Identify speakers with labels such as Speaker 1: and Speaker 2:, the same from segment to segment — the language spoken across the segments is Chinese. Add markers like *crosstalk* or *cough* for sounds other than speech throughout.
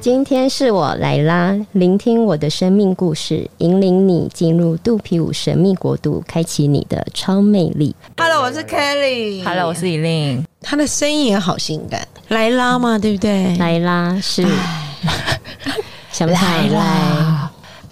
Speaker 1: 今天是我莱拉，聆听我的生命故事，引领你进入肚皮舞神秘国度，开启你的超魅力。
Speaker 2: Hello，我是 Kelly。
Speaker 3: Hello，我是以令。
Speaker 2: 她的声音也好性感。
Speaker 4: 莱拉嘛，对不对？
Speaker 1: 莱拉是想不太来，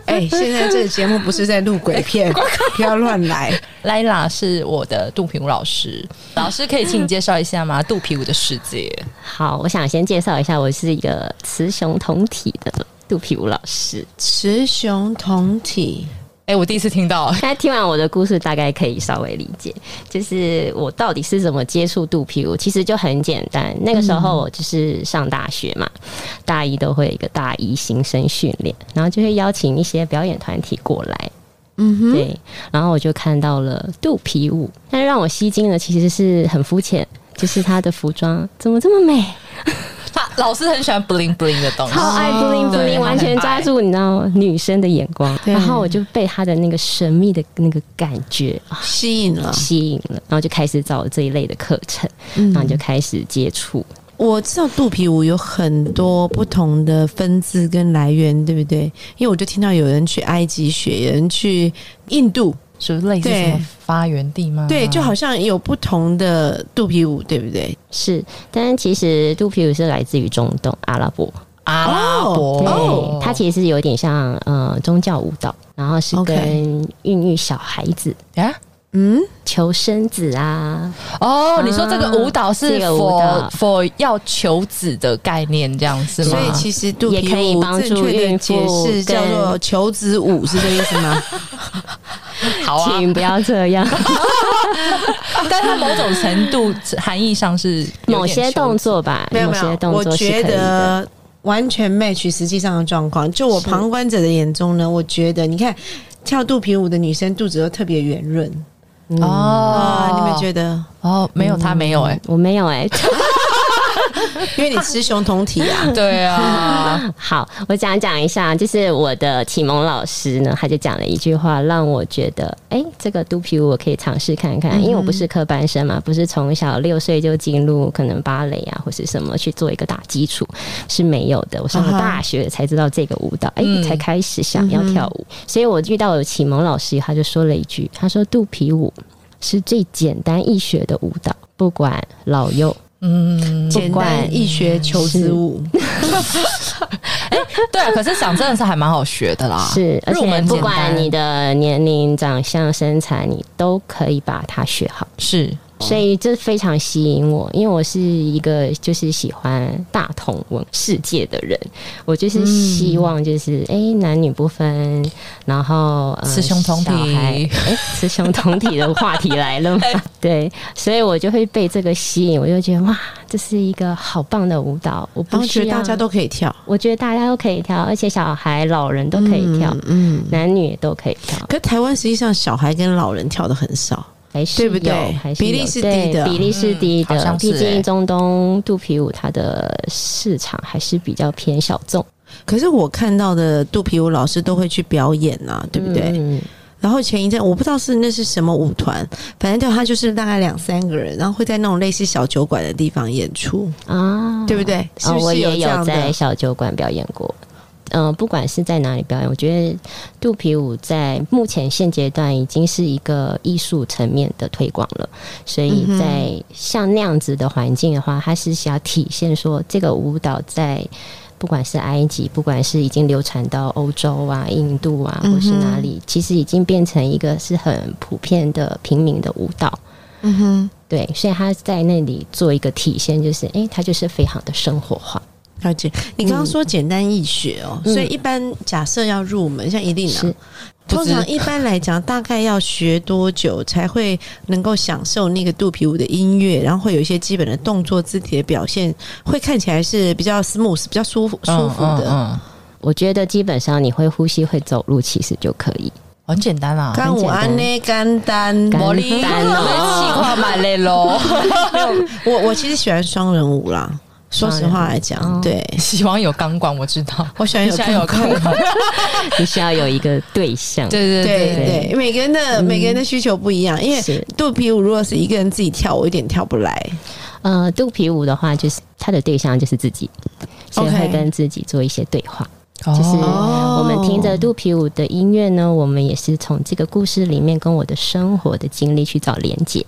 Speaker 2: 哎、现在这个节目不是在录鬼
Speaker 3: *laughs*
Speaker 2: 片，不要乱来。
Speaker 3: 莱拉是我的肚皮舞老师，老师可以请你介绍一下吗？肚皮舞的世界，
Speaker 1: 好，我想先介绍一下，我是一个雌雄同体的肚皮舞老师。
Speaker 4: 雌雄同体，
Speaker 3: *laughs* 哎、我第一次听到，
Speaker 1: *laughs* 大家听完我的故事，大概可以稍微理解，就是我到底是怎么接触肚皮舞。其实就很简单，那个时候我就是上大学嘛，大一都会有一个大一新生训练，然后就会邀请一些表演团体过来。嗯哼，对，然后我就看到了肚皮舞，但让我吸睛的其实是很肤浅，就是她的服装怎么这么美，
Speaker 3: 他老师很喜欢 bling bling 的东西，
Speaker 1: 超爱 bling
Speaker 3: 哦对
Speaker 1: bling，完全抓住你知道女生的眼光，
Speaker 4: 对
Speaker 1: 然后我就被她的那个神秘的那个感觉
Speaker 4: 吸引了
Speaker 1: 吸引了，然后就开始找这一类的课程，
Speaker 4: 嗯
Speaker 1: 然后你就开始接触。
Speaker 4: 我知道肚皮舞有很多不同的分支跟来源，对不对？因为我就听到有人去埃及学，有人去印度，
Speaker 3: 是不是类似
Speaker 4: 对
Speaker 3: 什么发源地吗？
Speaker 4: 对，就好像有不同的肚皮舞，对不对？
Speaker 1: 是，但其实肚皮舞是来自于中东阿拉伯，
Speaker 3: 阿拉伯，
Speaker 4: 哦
Speaker 3: 哦
Speaker 1: 对，它其实是有点像呃宗教舞蹈，然后是
Speaker 4: OK
Speaker 1: 跟孕育小孩子、
Speaker 3: 啊
Speaker 4: 嗯，
Speaker 1: 求生子啊，
Speaker 3: 哦，
Speaker 1: 啊
Speaker 3: 你说这个舞蹈是
Speaker 1: 这个舞
Speaker 3: for
Speaker 1: 蹈
Speaker 3: for 要求子的概念，这样是吗？
Speaker 4: 所以其实肚
Speaker 1: 也
Speaker 4: 皮
Speaker 1: 可以
Speaker 4: 舞
Speaker 1: 帮
Speaker 4: 正
Speaker 1: 助
Speaker 4: 确的
Speaker 1: 孕
Speaker 4: 解
Speaker 1: 妇
Speaker 4: 释叫
Speaker 1: 跟
Speaker 4: 做求子舞，是这个意思
Speaker 1: *laughs*
Speaker 4: 吗？
Speaker 3: 好
Speaker 4: 哦
Speaker 3: 啊，
Speaker 1: 请不要这样。
Speaker 4: *laughs*
Speaker 3: *laughs* 但它某种程度含义上是有
Speaker 1: 某
Speaker 3: 点求
Speaker 1: 些动作吧，
Speaker 4: 没有
Speaker 1: 某
Speaker 4: 没
Speaker 1: 些
Speaker 4: 有，
Speaker 1: 动
Speaker 4: 我
Speaker 1: 作是可
Speaker 4: 觉
Speaker 1: 以的。
Speaker 4: 得完全 match 实际上的状况。就我
Speaker 1: 是
Speaker 4: 旁观者的眼中呢，我觉得你看跳肚皮舞的女生肚子都特别圆润啊，你
Speaker 3: 哦，
Speaker 4: 们觉
Speaker 3: 得
Speaker 4: 得？
Speaker 3: 嗯哦，没有他没有
Speaker 4: *laughs*
Speaker 3: 哎，。
Speaker 1: 我没有哎、
Speaker 4: 因为你雌雄同体啊
Speaker 1: *laughs*
Speaker 3: 对啊，
Speaker 1: 好，我讲讲一下，就是我的启蒙老师呢，他就讲了一句话，让我觉得，哎、这个肚皮舞我可以尝试看
Speaker 4: 嗯
Speaker 1: 看，因为我不是科班生嘛，不是从小六岁就进入可能芭蕾啊或是什么去做一个打基础是没有的。我上了大学才知道这个舞蹈，哎、
Speaker 3: 嗯
Speaker 1: 才开始想要跳舞，所以我遇到有启蒙老师，他就说了一句，他说肚皮舞是最简单易学的舞蹈，不管老幼。
Speaker 3: 嗯，
Speaker 4: 简单易学求子舞，
Speaker 3: *laughs* 对啊，可是讲真的是还蛮好学的啦，
Speaker 1: 是，而
Speaker 3: 入
Speaker 1: 且
Speaker 3: 啊门
Speaker 1: 不
Speaker 3: 简单
Speaker 1: 管你的年龄、长相、身材，你都可以把它学好。
Speaker 3: 是
Speaker 1: 所以这非常吸引我，因为我是一个就是喜欢大同文世界的人，我就是希望就是哎、诶男女不分，然后、呃、
Speaker 3: 嗯雌雄同体
Speaker 1: 小孩诶雌雄同体的话题来
Speaker 3: *laughs*
Speaker 1: 了嘛，对，所以我就会被这个吸引，我就觉得哇，这是一个好棒的舞蹈，我
Speaker 4: 然
Speaker 1: 不
Speaker 4: 后觉
Speaker 1: 需
Speaker 4: 得
Speaker 1: 要
Speaker 3: 哦
Speaker 4: 大家都可以跳，
Speaker 1: 我觉得大家都可以跳，而且小孩、老人都可以跳，
Speaker 4: 嗯。
Speaker 1: 男女也都可以跳，
Speaker 4: 可台湾实际上小孩跟老人跳的很少，
Speaker 1: 还是
Speaker 4: 对
Speaker 1: 有，
Speaker 4: 不对
Speaker 1: 还是有
Speaker 4: 比例是低的
Speaker 1: 对比例是低
Speaker 3: 嗯好
Speaker 1: 的。
Speaker 3: 像是
Speaker 1: 毕
Speaker 3: 欸
Speaker 1: 竟中东肚皮舞它的市场还是比较偏小众，
Speaker 4: 可是我看到的肚皮舞老师都会去表演啊，对不对？
Speaker 1: 嗯
Speaker 4: 然后前一阵我不知道是那是什么舞团，反正就他就是大概两三个人，然后会在那种类似小酒馆的地方演出，
Speaker 1: 啊，
Speaker 4: 对不对？是
Speaker 1: 哦，
Speaker 4: 不
Speaker 1: 我
Speaker 4: 是有
Speaker 1: 也
Speaker 4: 这样
Speaker 1: 有在
Speaker 4: 的？
Speaker 1: 小酒馆表演过。嗯、不管是在哪里表演，我觉得肚皮舞在目前现阶段已经是一个艺术层面的推广了，所以
Speaker 4: 嗯
Speaker 1: 在像那样子的环境的话，它是想要体现说这个舞蹈在不管是埃及，不管是已经流传到欧洲啊、印度啊，
Speaker 4: 嗯
Speaker 1: 或是哪里，其实已经变成一个是很普遍的平民的舞蹈。
Speaker 4: 嗯哼，
Speaker 1: 对，所以他在那里做一个体现，就是诶，它就是非常的生活化。
Speaker 4: 了解。你刚刚说简单易学哦，
Speaker 1: 嗯
Speaker 4: 所以一般假设要入门，像一定啊
Speaker 1: 是，
Speaker 3: 不
Speaker 4: 通常一般来讲，大概要学多久才会能够享受那个肚皮舞的音乐，然后会有一些基本的动作、肢体的表现，会看起来是比较 smooth、比较舒服、舒服的。
Speaker 3: 嗯嗯嗯
Speaker 1: 我觉得基本上你会呼吸、会走路，其实就可
Speaker 4: *laughs*
Speaker 1: 以。
Speaker 3: 很简单啊啦。
Speaker 4: 干我安呢，干单。
Speaker 1: 简单
Speaker 4: 我
Speaker 3: 你
Speaker 1: 单哦
Speaker 3: 气化蛮累喽，
Speaker 4: 我其实喜欢双人舞啦，说实话来讲，
Speaker 1: 双人舞
Speaker 4: 对
Speaker 3: *laughs* 希望有钢管，我知道。
Speaker 4: 我喜欢
Speaker 3: 你
Speaker 4: 有
Speaker 3: 哦现在有
Speaker 4: 空
Speaker 3: 钢管，
Speaker 1: 你需要有一个对
Speaker 3: *laughs*
Speaker 1: 象。
Speaker 3: 对对
Speaker 4: 对
Speaker 3: 对，
Speaker 4: 对，每个人的、每个人的需求不一样，因为
Speaker 1: 是
Speaker 4: 肚皮舞如果是一个人自己跳，我有点跳不来。
Speaker 1: 呃，肚皮舞的话，就是他的对象就是自己，所以
Speaker 4: OK
Speaker 1: 会跟自己做一些对话。
Speaker 3: 就是
Speaker 4: 哦
Speaker 1: 我们听着肚皮舞的音乐呢，我们也是从这个故事里面跟我的生活的经历去找连接。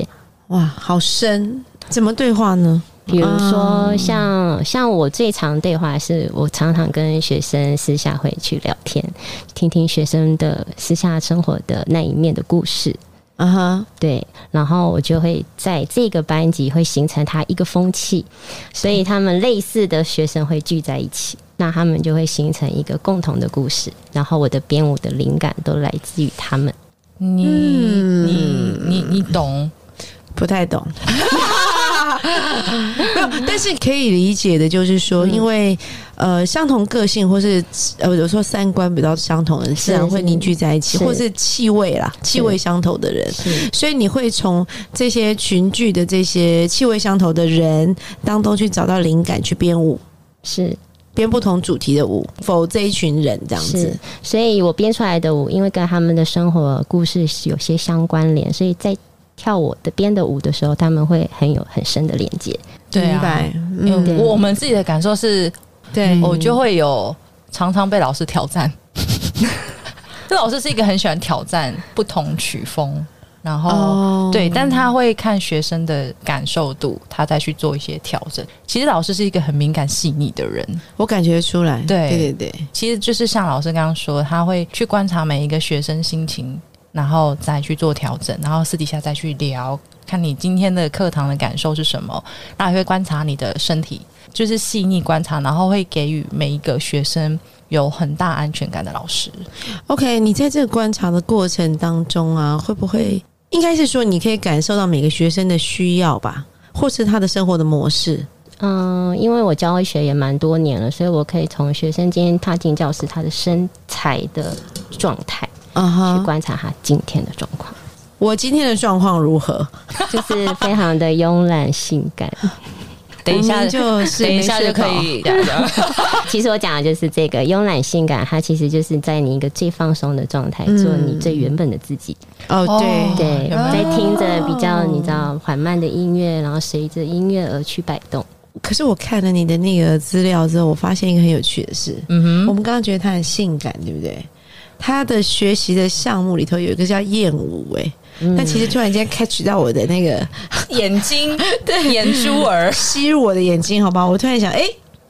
Speaker 4: 哇，好深，怎么对话呢？
Speaker 1: 比如
Speaker 4: 哦
Speaker 1: 说像、像我最常对话是，我常常跟学生私下会去聊天，听听学生的私下生活的那一面的故事。
Speaker 4: 啊哈，
Speaker 1: 对，然后我就会在这个班级会形成它一个风气，所以他们类似的学生会聚在一起，那他们就会形成一个共同的故事。然后我的编舞的灵感都来自于他们。
Speaker 3: 你
Speaker 4: 嗯
Speaker 3: 你你你懂，
Speaker 4: 不太懂。 *laughs* 没有，但是可以理解的，就是说，因为呃，相同个性或是呃，有时候三观比较相同的人，自然会
Speaker 1: 是
Speaker 4: 凝聚在一起，
Speaker 1: 是
Speaker 4: 或是气味啦，气味相投的人，
Speaker 1: 是
Speaker 4: 所以你会从这些群聚的这些气味相投的人当中去找到灵感，去编舞，
Speaker 1: 是
Speaker 4: 编不同主题的舞，否这一群人这样子
Speaker 1: 是。，所以我编出来的舞，因为跟他们的生活故事是有些相关联，所以在跳我的编的舞的时候，他们会很有很深的连接。
Speaker 3: 对
Speaker 4: 明
Speaker 3: 啊。
Speaker 4: 白，
Speaker 3: 因
Speaker 4: 嗯，
Speaker 3: 为我我们自己的感受是，
Speaker 4: 对
Speaker 3: 我就会有常常被老师挑
Speaker 4: *laughs*
Speaker 3: 战。这老师是一个很喜欢挑战不同曲风，然后、
Speaker 4: 哦
Speaker 3: 对，但他会看学生的感受度，他再去做一些调整。其实老师是一个很敏感细腻的人，
Speaker 4: 我感觉出来，
Speaker 3: 对
Speaker 4: 对对对，
Speaker 3: 其实就是像老师刚刚说，他会去观察每一个学生心情，然后再去做调整，然后私底下再去聊，看你今天的课堂的感受是什么。那也会观察你的身体，就是细腻观察，然后会给予每一个学生有很大安全感的老师。
Speaker 4: OK，你在这个观察的过程当中啊，会不会应该是说你可以感受到每个学生的需要吧，或是他的生活的模式？
Speaker 1: 嗯，因为我教学也蛮多年了，所以我可以从学生今天踏进教室，他的身材的状态
Speaker 4: 啊
Speaker 3: 嗯
Speaker 1: 去
Speaker 4: 哈，
Speaker 1: 观察他今天的状况，
Speaker 4: 我今天的状况如何？
Speaker 1: *laughs* 就是非常的慵懒性 *laughs* 感。
Speaker 3: *laughs* 等一
Speaker 4: 我
Speaker 3: 下
Speaker 4: 们就是
Speaker 3: 等一下
Speaker 4: 没
Speaker 3: 就
Speaker 4: 事
Speaker 3: 可
Speaker 4: 搞
Speaker 3: 以对啊
Speaker 1: 其实我讲的就是这个慵懒性感，它其实就是在你一个最放松的状态，做你最原本的自己。
Speaker 4: 哦，
Speaker 3: 哦
Speaker 4: 对，
Speaker 1: 对，
Speaker 3: 有没有
Speaker 1: 在听着比较你知道缓慢的音乐，然后随着音乐而去摆动。
Speaker 4: 可是我看了你的那个资料之后，我发现一个很有趣的事，
Speaker 3: 嗯
Speaker 4: 我
Speaker 3: 哼，
Speaker 4: 们刚刚觉得他很性感，对不对？他的学习的项目里头有一个叫艳舞、哎、
Speaker 1: 嗯
Speaker 4: 但其实突然间 catch 到我的那个
Speaker 3: 眼睛对眼珠 *laughs* 儿，
Speaker 4: *laughs* 吸入我的眼睛，好吧？我突然想，哎、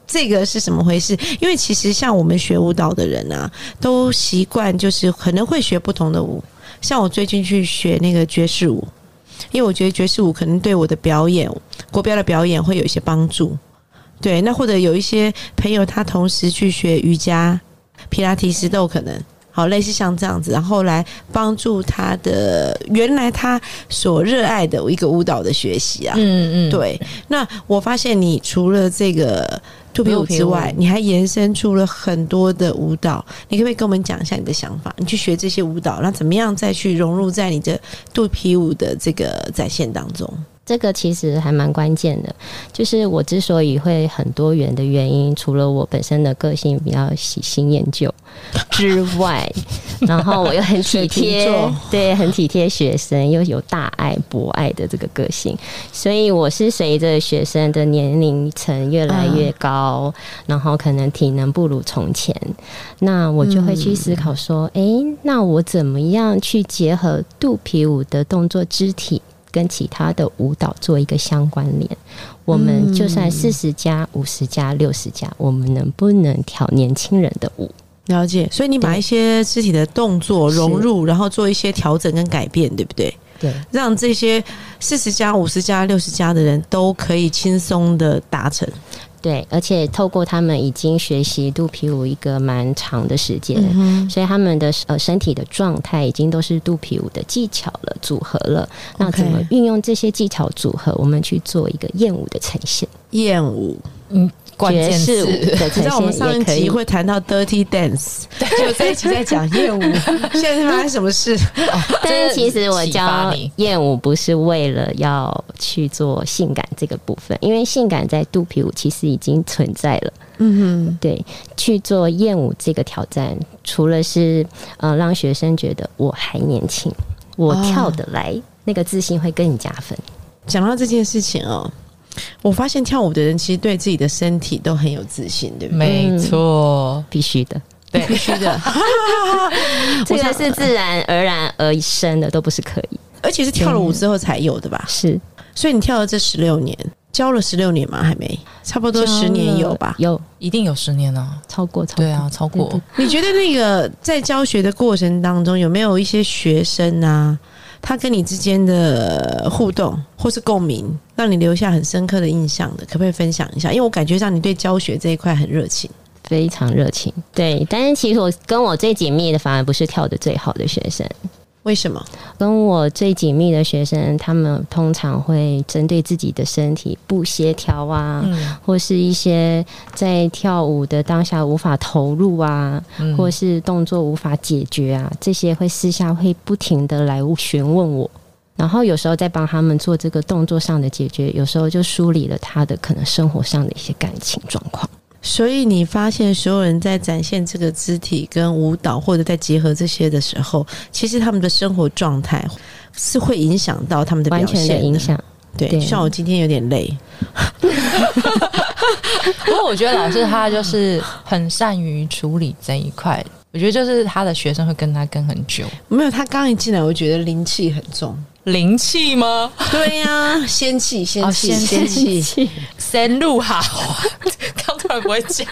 Speaker 4: 这个是怎么回事？因为其实像我们学舞蹈的人啊，都习惯就是可能会学不同的舞。像我最近去学那个爵士舞，因为我觉得爵士舞可能对我的表演，国标的表演会有一些帮助。对，那或者有一些朋友他同时去学瑜伽、皮拉提斯都有可能。好，类似像这样子，然后来帮助他的原来他所热爱的一个舞蹈的学习啊。
Speaker 3: 嗯嗯，
Speaker 4: 对，那我发现你除了这个肚皮舞之外
Speaker 3: 肚皮，
Speaker 4: 你还延伸出了很多的舞蹈。你可不可以跟我们讲一下你的想法？你去学这些舞蹈，那怎么样再去融入在你的肚皮舞的这个展现当中？
Speaker 1: 这个其实还蛮关键的，就是我之所以会很多元的原因，除了我本身的个性比较喜新厌旧之外，然后我又很体
Speaker 4: 水
Speaker 1: 贴
Speaker 4: 瓶座，
Speaker 1: *laughs* 对，很体贴学生，又有大爱博爱的这个个性，所以我是随着学生的年龄层越来越高，然后可能体能不如从前，那我就会去思考说，诶，那我怎么样去结合肚皮舞的动作肢体？跟其他的舞蹈做一个相关联，我
Speaker 4: 嗯
Speaker 1: 们就算四十加、五十加、六十加，我们能不能跳年轻人的舞？
Speaker 4: 了解，所以你把
Speaker 1: 对
Speaker 4: 一些肢体的动作
Speaker 1: 是
Speaker 4: 融入，然后做一些调整跟改变，对不对？
Speaker 1: 对，
Speaker 4: 让这些四十加、五十加、六十加的人都可以轻松的达成。
Speaker 1: 对，而且透过他们已经学习肚皮舞一个蛮长的时间，
Speaker 4: 嗯
Speaker 1: 所以他们的呃身体的状态已经都是肚皮舞的技巧了组合了。那
Speaker 4: OK
Speaker 1: 怎么运用这些技巧组合，我们去做一个艳舞的呈现，
Speaker 4: 艳舞，
Speaker 3: 关
Speaker 1: 爵
Speaker 3: 键
Speaker 1: 士舞
Speaker 3: 是
Speaker 1: 的
Speaker 4: 你知道我
Speaker 1: 呈
Speaker 4: 们
Speaker 1: 现
Speaker 4: 上一
Speaker 1: 也可
Speaker 4: 集
Speaker 1: 以。
Speaker 4: 会谈到 dirty dance，就这一集在讲艳
Speaker 1: *laughs*
Speaker 4: 舞，现在是发生什么事？
Speaker 1: 但是其实我
Speaker 3: 启
Speaker 1: 教
Speaker 3: 发你
Speaker 1: 艳舞不是为了要去做性感这个部分，因为性感在肚皮舞其实已经存在了。
Speaker 4: 嗯
Speaker 1: 对，去做艳舞这个挑战，除了是呃让学生觉得我还年轻，我跳得来，那个自信会更加分。
Speaker 4: 哼，讲到这件事情哦，我发现跳舞的人其实对自己的身体都很有自信，对不对？
Speaker 3: 没错，
Speaker 1: 必须的，
Speaker 3: 对，必须
Speaker 1: *laughs*
Speaker 3: 的，
Speaker 1: 这个是自然而然而生的，都不是可以。
Speaker 4: 而且是跳了舞之后才有的吧？
Speaker 1: 是
Speaker 4: 所以你跳了这十六年，教了十六年吗？还没，差不多十年有吧？
Speaker 1: 有
Speaker 3: 一定有十年啊，
Speaker 1: 超过超过。
Speaker 3: 对啊，超过
Speaker 4: *laughs* 你觉得那个在教学的过程当中，有没有一些学生啊，他跟你之间的互动或是共鸣，让你留下很深刻的印象的？可不可以分享一下？因为我感觉上你对教学这一块很热情。
Speaker 1: 非常热情。对，但是其实我跟我最紧密的反而不是跳得最好的学生，
Speaker 4: 为什么？
Speaker 1: 跟我最紧密的学生，他们通常会针对自己的身体不协调啊，
Speaker 3: 嗯
Speaker 1: 或是一些在跳舞的当下无法投入啊，
Speaker 3: 嗯
Speaker 1: 或是动作无法解决啊，这些会私下会不停的来询问我。然后有时候在帮他们做这个动作上的解决，有时候就梳理了他的可能生活上的一些感情状况。
Speaker 4: 所以你发现所有人在展现这个肢体跟舞蹈，或者在结合这些的时候，其实他们的生活状态是会影响到他们的表
Speaker 1: 完
Speaker 4: 现
Speaker 1: 全的
Speaker 4: *laughs*
Speaker 1: 影。响。
Speaker 4: 对，
Speaker 1: 对
Speaker 4: 就像我今天有点累，
Speaker 3: 不过我觉得老师他就是很善于处理这一块，我觉得就是他的学生会跟他跟很久。
Speaker 4: 没有他刚一进来，我觉得灵气很重。
Speaker 3: 灵气吗？
Speaker 4: 对呀、仙气，仙
Speaker 3: 哦
Speaker 4: 气，
Speaker 3: 仙
Speaker 4: 仙气。
Speaker 3: 深入哈， *laughs* 刚突然不会讲。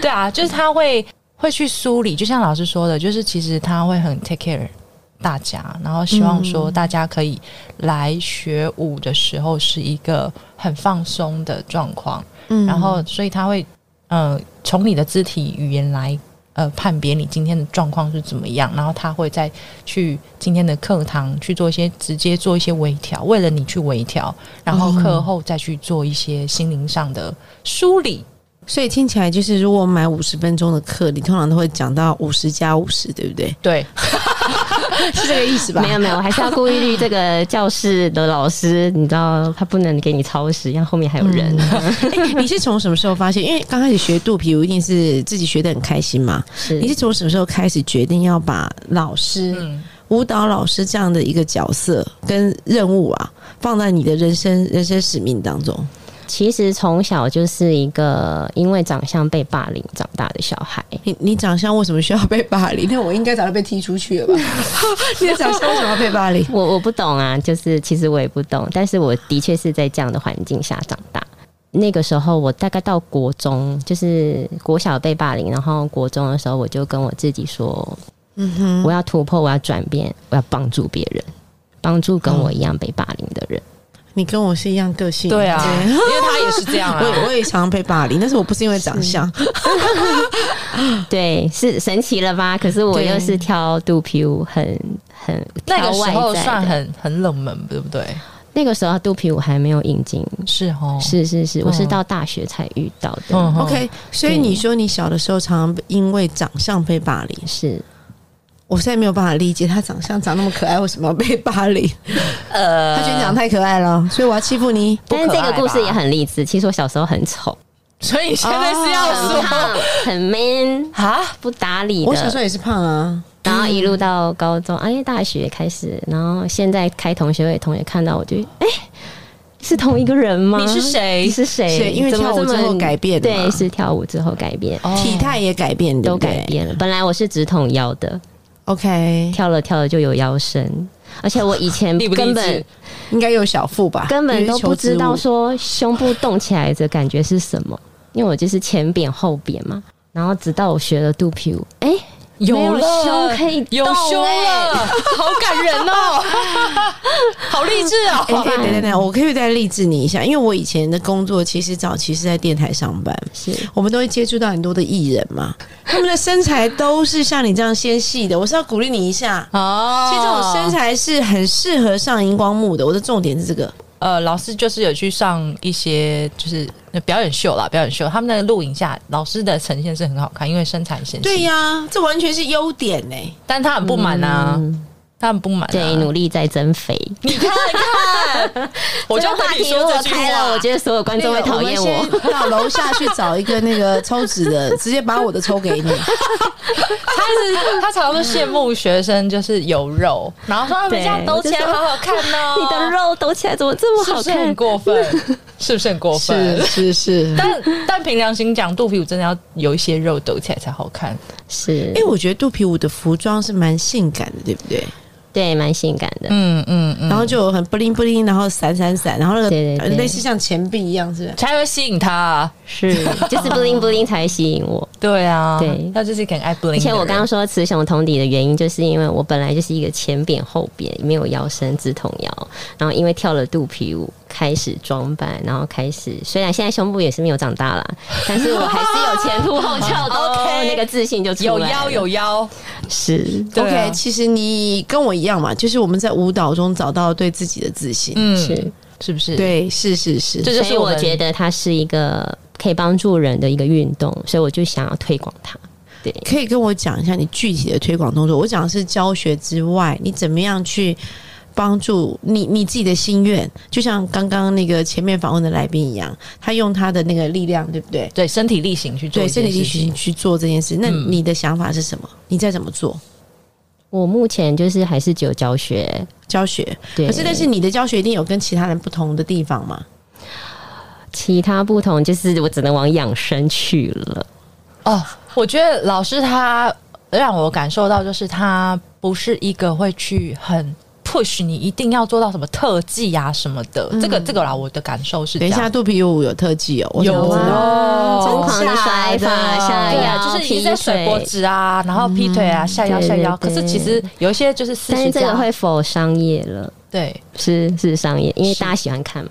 Speaker 3: 对啊，就是他会会去梳理，就像老师说的，就是其实他会很 take care 大家，然后希望说大家可以来学舞的时候是一个很放松的状况，
Speaker 4: 嗯
Speaker 3: 然后所以他会呃从你的肢体语言来。呃，判别你今天的状况是怎么样，然后他会再去今天的课堂去做一些直接做一些微调，为了你去微调，然后课后再去做一些心灵上的梳理。
Speaker 4: 所以听起来就是，如果我买五十分钟的课，你通常都会讲到五十加五十，对不对？
Speaker 3: 对，
Speaker 4: 是这个意思吧？
Speaker 1: 没有没有，我还是要顾虑这个教室的老师，你知道他不能给你超时，因为后面还有人。
Speaker 4: 嗯你是从什么时候发现？因为刚开始学肚皮舞，一定是自己学的很开心嘛。
Speaker 1: 是
Speaker 4: 你是从什么时候开始决定要把老师、
Speaker 3: 嗯，
Speaker 4: 舞蹈老师这样的一个角色跟任务啊，放在你的人生人生使命当中？
Speaker 1: 其实从小就是一个因为长相被霸凌长大的小孩，
Speaker 4: 你你长相为什么需要被霸凌？
Speaker 2: 那我应该早就被踢出去了吧？
Speaker 4: *laughs* 你的长相为什么要被霸凌？
Speaker 1: 我我不懂啊，就是其实我也不懂，但是我的确是在这样的环境下长大。那个时候，我大概到国中，就是国小被霸凌，然后国中的时候，我就跟我自己说，嗯哼，我要突破，我要转变，我要帮助别人，帮助跟我一样被霸凌的人。
Speaker 4: 你跟我是一样个性，
Speaker 3: 对啊，因为他也是这 *laughs* 样啊。
Speaker 4: 我也我也常被霸凌，但是我不是因为长相，
Speaker 1: 哦
Speaker 3: 嗯
Speaker 1: 对，是神奇了吧？可是我
Speaker 4: 对
Speaker 1: 又是挑肚皮舞很，很
Speaker 3: 那个时
Speaker 1: 挑
Speaker 3: 候
Speaker 1: 外在的
Speaker 3: 算很很冷门，对不对？
Speaker 1: 那个时候肚皮舞还没有引进，
Speaker 3: 是哦，
Speaker 1: 是是是，我是
Speaker 3: 嗯
Speaker 1: 到大学才遇到的。
Speaker 3: 嗯哼
Speaker 4: OK，所以你说你小的时候常常因为长相被霸凌，
Speaker 1: 是
Speaker 4: 我现在没有办法理解他长相长那么可爱，为什么要被霸凌？
Speaker 3: 呃，
Speaker 4: 他觉得你长太可爱了，所以我要欺负你。
Speaker 3: 不
Speaker 1: 但是
Speaker 3: 可
Speaker 1: 这
Speaker 3: 爱
Speaker 1: 个
Speaker 3: 吧
Speaker 1: 故事也很励志。其实我小时候很丑，
Speaker 3: 所以现在是要
Speaker 1: 很
Speaker 3: 说
Speaker 1: 胖，很 man，
Speaker 3: 啊，
Speaker 1: 不打理
Speaker 4: 我小时
Speaker 1: 的。
Speaker 4: 候也是胖啊，
Speaker 1: 然后一路到高中，哎、大学开始，然后现在开同学会，同学看到我就，哎、是同一个人吗？
Speaker 3: 你是谁
Speaker 1: 你是谁？
Speaker 4: 是因为
Speaker 1: 怎么
Speaker 4: 跳舞
Speaker 1: 这
Speaker 4: 之后
Speaker 1: 么
Speaker 4: 改变的嘛
Speaker 1: 对，是跳舞之后改变，
Speaker 3: 哦
Speaker 4: 体态也改变，对
Speaker 1: 都
Speaker 4: 不对
Speaker 1: 改变了。本来我是直筒腰的，
Speaker 4: OK，
Speaker 1: 跳了跳了就有腰身，而且我以
Speaker 4: *laughs*
Speaker 1: 前
Speaker 3: 励不励
Speaker 1: 根
Speaker 3: 志
Speaker 1: 本
Speaker 4: 应该有小腹
Speaker 1: *laughs*
Speaker 4: 吧？
Speaker 1: 根本
Speaker 4: 因为
Speaker 1: 都
Speaker 4: 是
Speaker 1: 不
Speaker 4: 求
Speaker 1: 知
Speaker 4: 知
Speaker 1: 道
Speaker 4: 物
Speaker 1: 说胸部动起来的感觉是什么，因为我就是前扁后扁嘛。然后直到我学了肚皮舞，哎、没有
Speaker 3: 了，
Speaker 1: 胸可以
Speaker 3: 有
Speaker 1: 动
Speaker 3: 胸
Speaker 1: 欸
Speaker 3: 了，好感人哦，哎 *laughs* 好励志
Speaker 4: 哎、
Speaker 3: 哦。
Speaker 4: 对等等等，我可以再励志你一下，因为我以前的工作其实早期是在电台上班，
Speaker 1: 是
Speaker 4: 我们都会接触到很多的艺人嘛，他们的身材都是像你这样纤细的，我是要鼓励你一下。
Speaker 1: 哎
Speaker 3: 哦
Speaker 4: 其实这种身材是很适合上荧光幕的，我的重点是这个。
Speaker 3: 呃，老师就是有去上一些就是呃表演秀啦，表演秀他们那个录影下，老师的呈现是很好看，因为身材
Speaker 1: 嗯
Speaker 3: 纤细。
Speaker 4: 对、呀、这完全是优点呢、
Speaker 3: 但他很不满啊，
Speaker 1: 嗯
Speaker 3: 他很不满、啊。
Speaker 1: 对，努力在增肥。
Speaker 3: 你看看， *laughs* 我就
Speaker 1: 这个
Speaker 3: 和
Speaker 1: 话
Speaker 3: 你
Speaker 1: 题
Speaker 3: 说
Speaker 1: 如
Speaker 3: 这
Speaker 1: 果
Speaker 3: 句
Speaker 1: 开了，
Speaker 3: 话
Speaker 1: 我。觉得所有观众会讨厌
Speaker 2: 那
Speaker 1: *laughs* 我。
Speaker 2: 个们先到楼下去找一个那个抽纸
Speaker 1: *laughs*
Speaker 2: 的，直接把我的抽给你。
Speaker 3: 他一直他常常都羡慕学生就是有肉，然后说他们
Speaker 1: 对
Speaker 3: 家抖起来好好看哦，
Speaker 1: 你的肉抖起来怎么这么
Speaker 3: 是不
Speaker 1: 好
Speaker 3: 是很
Speaker 1: 看？
Speaker 3: 过分？
Speaker 1: *laughs*
Speaker 3: 是不是很过分？
Speaker 2: 是是，
Speaker 3: *laughs* 但但凭良心讲，肚皮舞真的要有一些肉抖起来才好看。
Speaker 1: 是
Speaker 4: 哎、，我觉得肚皮舞的服装是蛮性感的，对不对？
Speaker 1: 对，蛮性感的。
Speaker 3: 嗯嗯嗯，
Speaker 4: 然后就有很 bling bling，然后闪闪闪，然后那个
Speaker 1: 对对对
Speaker 4: 类似像钱币一样，是不是？
Speaker 3: 才会吸引他、啊。
Speaker 1: 是， *laughs* 就是 bling bling 才会吸引我。
Speaker 3: 对啊，
Speaker 1: 对
Speaker 3: 他就是一个很爱 bling 的
Speaker 1: 而
Speaker 3: 人。
Speaker 1: 且我刚刚说雌雄同体的原因，就是因为我本来就是一个前扁后扁，没有腰身直筒腰，然后因为跳了肚皮舞，开始装扮，然后开始虽然现在胸部也是没有长 *laughs* 大啦，但是我还是有前凸后翘的、哦
Speaker 3: OK
Speaker 1: 那个自信就出来
Speaker 3: 有
Speaker 1: 了
Speaker 3: 腰有腰，
Speaker 1: 是。
Speaker 3: 对啊
Speaker 4: OK，其实你跟我一样嘛，就是我们在舞蹈中找到对自己的自信。
Speaker 3: 嗯，
Speaker 1: 是，
Speaker 3: 是不是？，
Speaker 4: 对，是是是，
Speaker 3: 这就
Speaker 1: 所以
Speaker 3: 是
Speaker 1: 我
Speaker 3: 们
Speaker 1: 觉得它是一个可以帮助人的一个运动，所以我就想要推广它。对，
Speaker 4: 可以跟我讲一下你具体的推广动作。我讲的是教学之外，你怎么样去帮助你你自己的心愿？就像刚刚那个前面访问的来宾一样，他用他的那个力量，对不对？
Speaker 3: 对身体力行去做
Speaker 4: 对，
Speaker 3: 一件
Speaker 4: 身
Speaker 3: 事
Speaker 4: 体
Speaker 3: 情，
Speaker 4: 力行去做这件事。那
Speaker 3: 嗯
Speaker 4: 你的想法是什么？你在怎么做
Speaker 1: 我目前就是还是只有教学，
Speaker 4: 教学？
Speaker 1: 对，
Speaker 4: 可是，但是你的教学一定有跟其他人不同的地方嘛？
Speaker 1: 其他不同就是我只能往养生去了。
Speaker 3: 哦，我觉得老师他让我感受到，就是他不是一个会去很 push 你一定要做到什么特技啊什么的。这
Speaker 1: 嗯
Speaker 3: 个这个啦，我的感受是这
Speaker 4: 等一下，
Speaker 3: 样。
Speaker 4: 肚皮舞有特技哦，我怎么
Speaker 3: 啊有
Speaker 4: 不知道？
Speaker 3: 啊，
Speaker 1: 疯狂的甩
Speaker 4: 真假
Speaker 1: 法
Speaker 4: 的
Speaker 1: 下
Speaker 3: 对啊，就
Speaker 1: 腰，
Speaker 3: 是一直
Speaker 1: 劈
Speaker 3: 在甩脖
Speaker 1: 腿。
Speaker 3: 子啊，然后劈腿啊，
Speaker 4: 嗯
Speaker 3: 下腰
Speaker 1: 对
Speaker 3: 下腰。可
Speaker 1: 对
Speaker 3: 是其实有一些就是四
Speaker 1: 但
Speaker 3: 十
Speaker 1: 是这
Speaker 3: 加
Speaker 1: 个，会否商业了？
Speaker 3: 对，
Speaker 1: 是是商业，因为大家喜欢看嘛。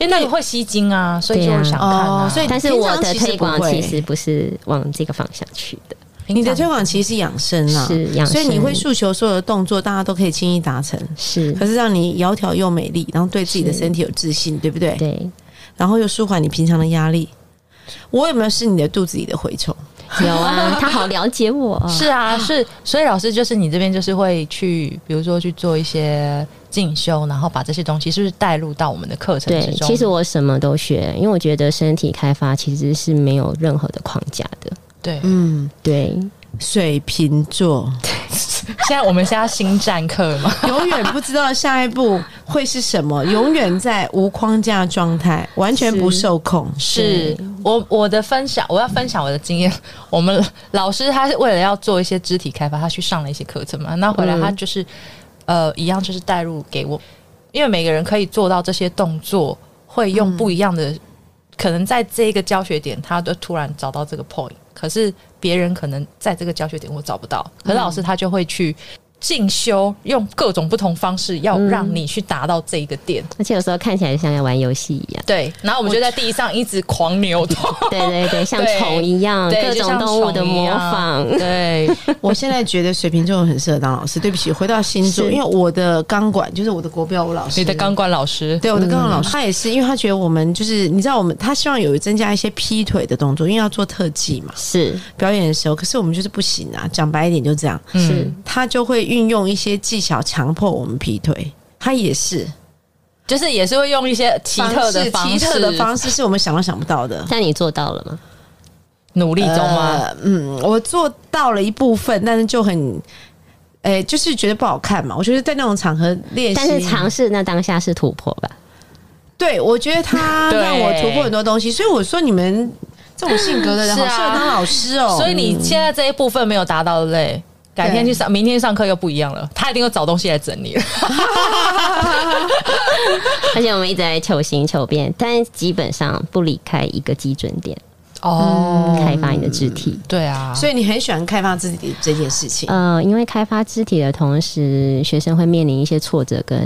Speaker 3: 因为那个会吸睛啊，所以就
Speaker 1: 对啊
Speaker 3: 想看啊。
Speaker 4: 哦所以
Speaker 1: 但是
Speaker 4: 平
Speaker 1: 我
Speaker 4: 常
Speaker 1: 的
Speaker 4: 其实
Speaker 1: 推广
Speaker 4: 不会
Speaker 1: 其实不是往这个方向去的，
Speaker 3: 平
Speaker 4: 你的
Speaker 3: 常
Speaker 4: 推广其实是养生啊，
Speaker 1: 是养
Speaker 4: 所
Speaker 1: 生
Speaker 4: 以你会诉求所有的动作，大家都可以轻易达成。
Speaker 1: 是
Speaker 4: 可是让你窈窕又美丽，然后对自己的
Speaker 1: 是
Speaker 4: 身体有自信，对不对？
Speaker 1: 对，
Speaker 4: 然后又舒缓你平常的压力。我有没有是你的肚子里的蛔虫？
Speaker 1: 有啊，他好了解我
Speaker 4: *laughs*
Speaker 1: 啊，
Speaker 3: 是啊，是，所以老师就是你这边就是会去，比如说去做一些进修，然后把这些东西是不是带入到我们的课程
Speaker 1: 对
Speaker 3: 之，中？
Speaker 1: 其实我什么都学，因为我觉得身体开发其实是没有任何的框架的。
Speaker 3: 对，
Speaker 4: 嗯，
Speaker 1: 对，
Speaker 4: 水瓶座
Speaker 3: 现在我们现在新战课嘛，
Speaker 4: 永远不知道下一步会是什么，永远在无框架状态，完全不受控。
Speaker 3: 是我我的分享，我要分享我的经验。 *laughs* 我们老师他是为了要做一些肢体开发，他去上了一些课程嘛，那回来他就是、呃一样就是带入给我，因为每个人可以做到这些动作，会用不一样的，可能在这一个教学点，他就突然找到这个 point，可是别人可能在这个教学点我找不到，可是老师他就会去。进修用各种不同方式，要让你去达到这一个点。
Speaker 1: 而且有时候看起来像在玩游戏
Speaker 4: *laughs*
Speaker 1: 一样。
Speaker 3: 对，然后我们就在地上一直狂扭动。
Speaker 1: 对对对，像虫一样，
Speaker 3: 对，
Speaker 1: 各
Speaker 3: 就
Speaker 1: 种
Speaker 3: 像
Speaker 1: 动物的
Speaker 3: 虫一
Speaker 1: 模
Speaker 3: 样
Speaker 1: 仿。
Speaker 3: *laughs* 对，
Speaker 4: *laughs* 我现在觉得水瓶座很适合当老师。对不起，回到星座，
Speaker 1: 是
Speaker 4: 因为我的钢管就是我的国标舞老师，
Speaker 3: 你的钢管老师，
Speaker 4: 对，我的钢管老师，他也是，因为他觉得我们就是，你知道，我们他希望有增加一些劈腿的动作，因为要做特技嘛，
Speaker 1: 是
Speaker 4: 表演的时候。可是我们就是不行啊，讲白一点就这样，
Speaker 3: 嗯
Speaker 1: 是，
Speaker 4: 他就会运用一些技巧强迫我们劈腿。他也是
Speaker 3: 就是也是会用一些奇特的方
Speaker 4: 奇
Speaker 3: 式，
Speaker 4: 特的方式是我们想都想不到的。
Speaker 1: 但你做到了吗？
Speaker 3: 努力中啊吗？
Speaker 4: 呃？嗯，我做到了一部分，但是就很，哎、就是觉得不好看嘛。我觉得在那种场合练习，
Speaker 1: 但是尝试那当下是突破吧？
Speaker 4: 对，我觉
Speaker 3: *laughs*
Speaker 4: 得他
Speaker 3: 对
Speaker 4: 让我突破很多东西，所以我说你们这种性格的
Speaker 3: *laughs*
Speaker 4: 人
Speaker 3: 是
Speaker 4: 好
Speaker 3: 啊
Speaker 4: 适合当老师哦。
Speaker 3: 所以你现在这一部分没有达到嘞。改天去上，明天上课又不一样了。他一定会找东西来整你了。
Speaker 1: *laughs* 而且我们一直在求新求变，但基本上不离开一个基准点。
Speaker 3: 哦，
Speaker 1: 开发你的肢体。
Speaker 3: 对啊，
Speaker 2: 所以你很喜欢开发自己这件事
Speaker 4: 哦
Speaker 2: 情。
Speaker 1: 呃，因为开发肢体的同时，学生会面临一些挫折跟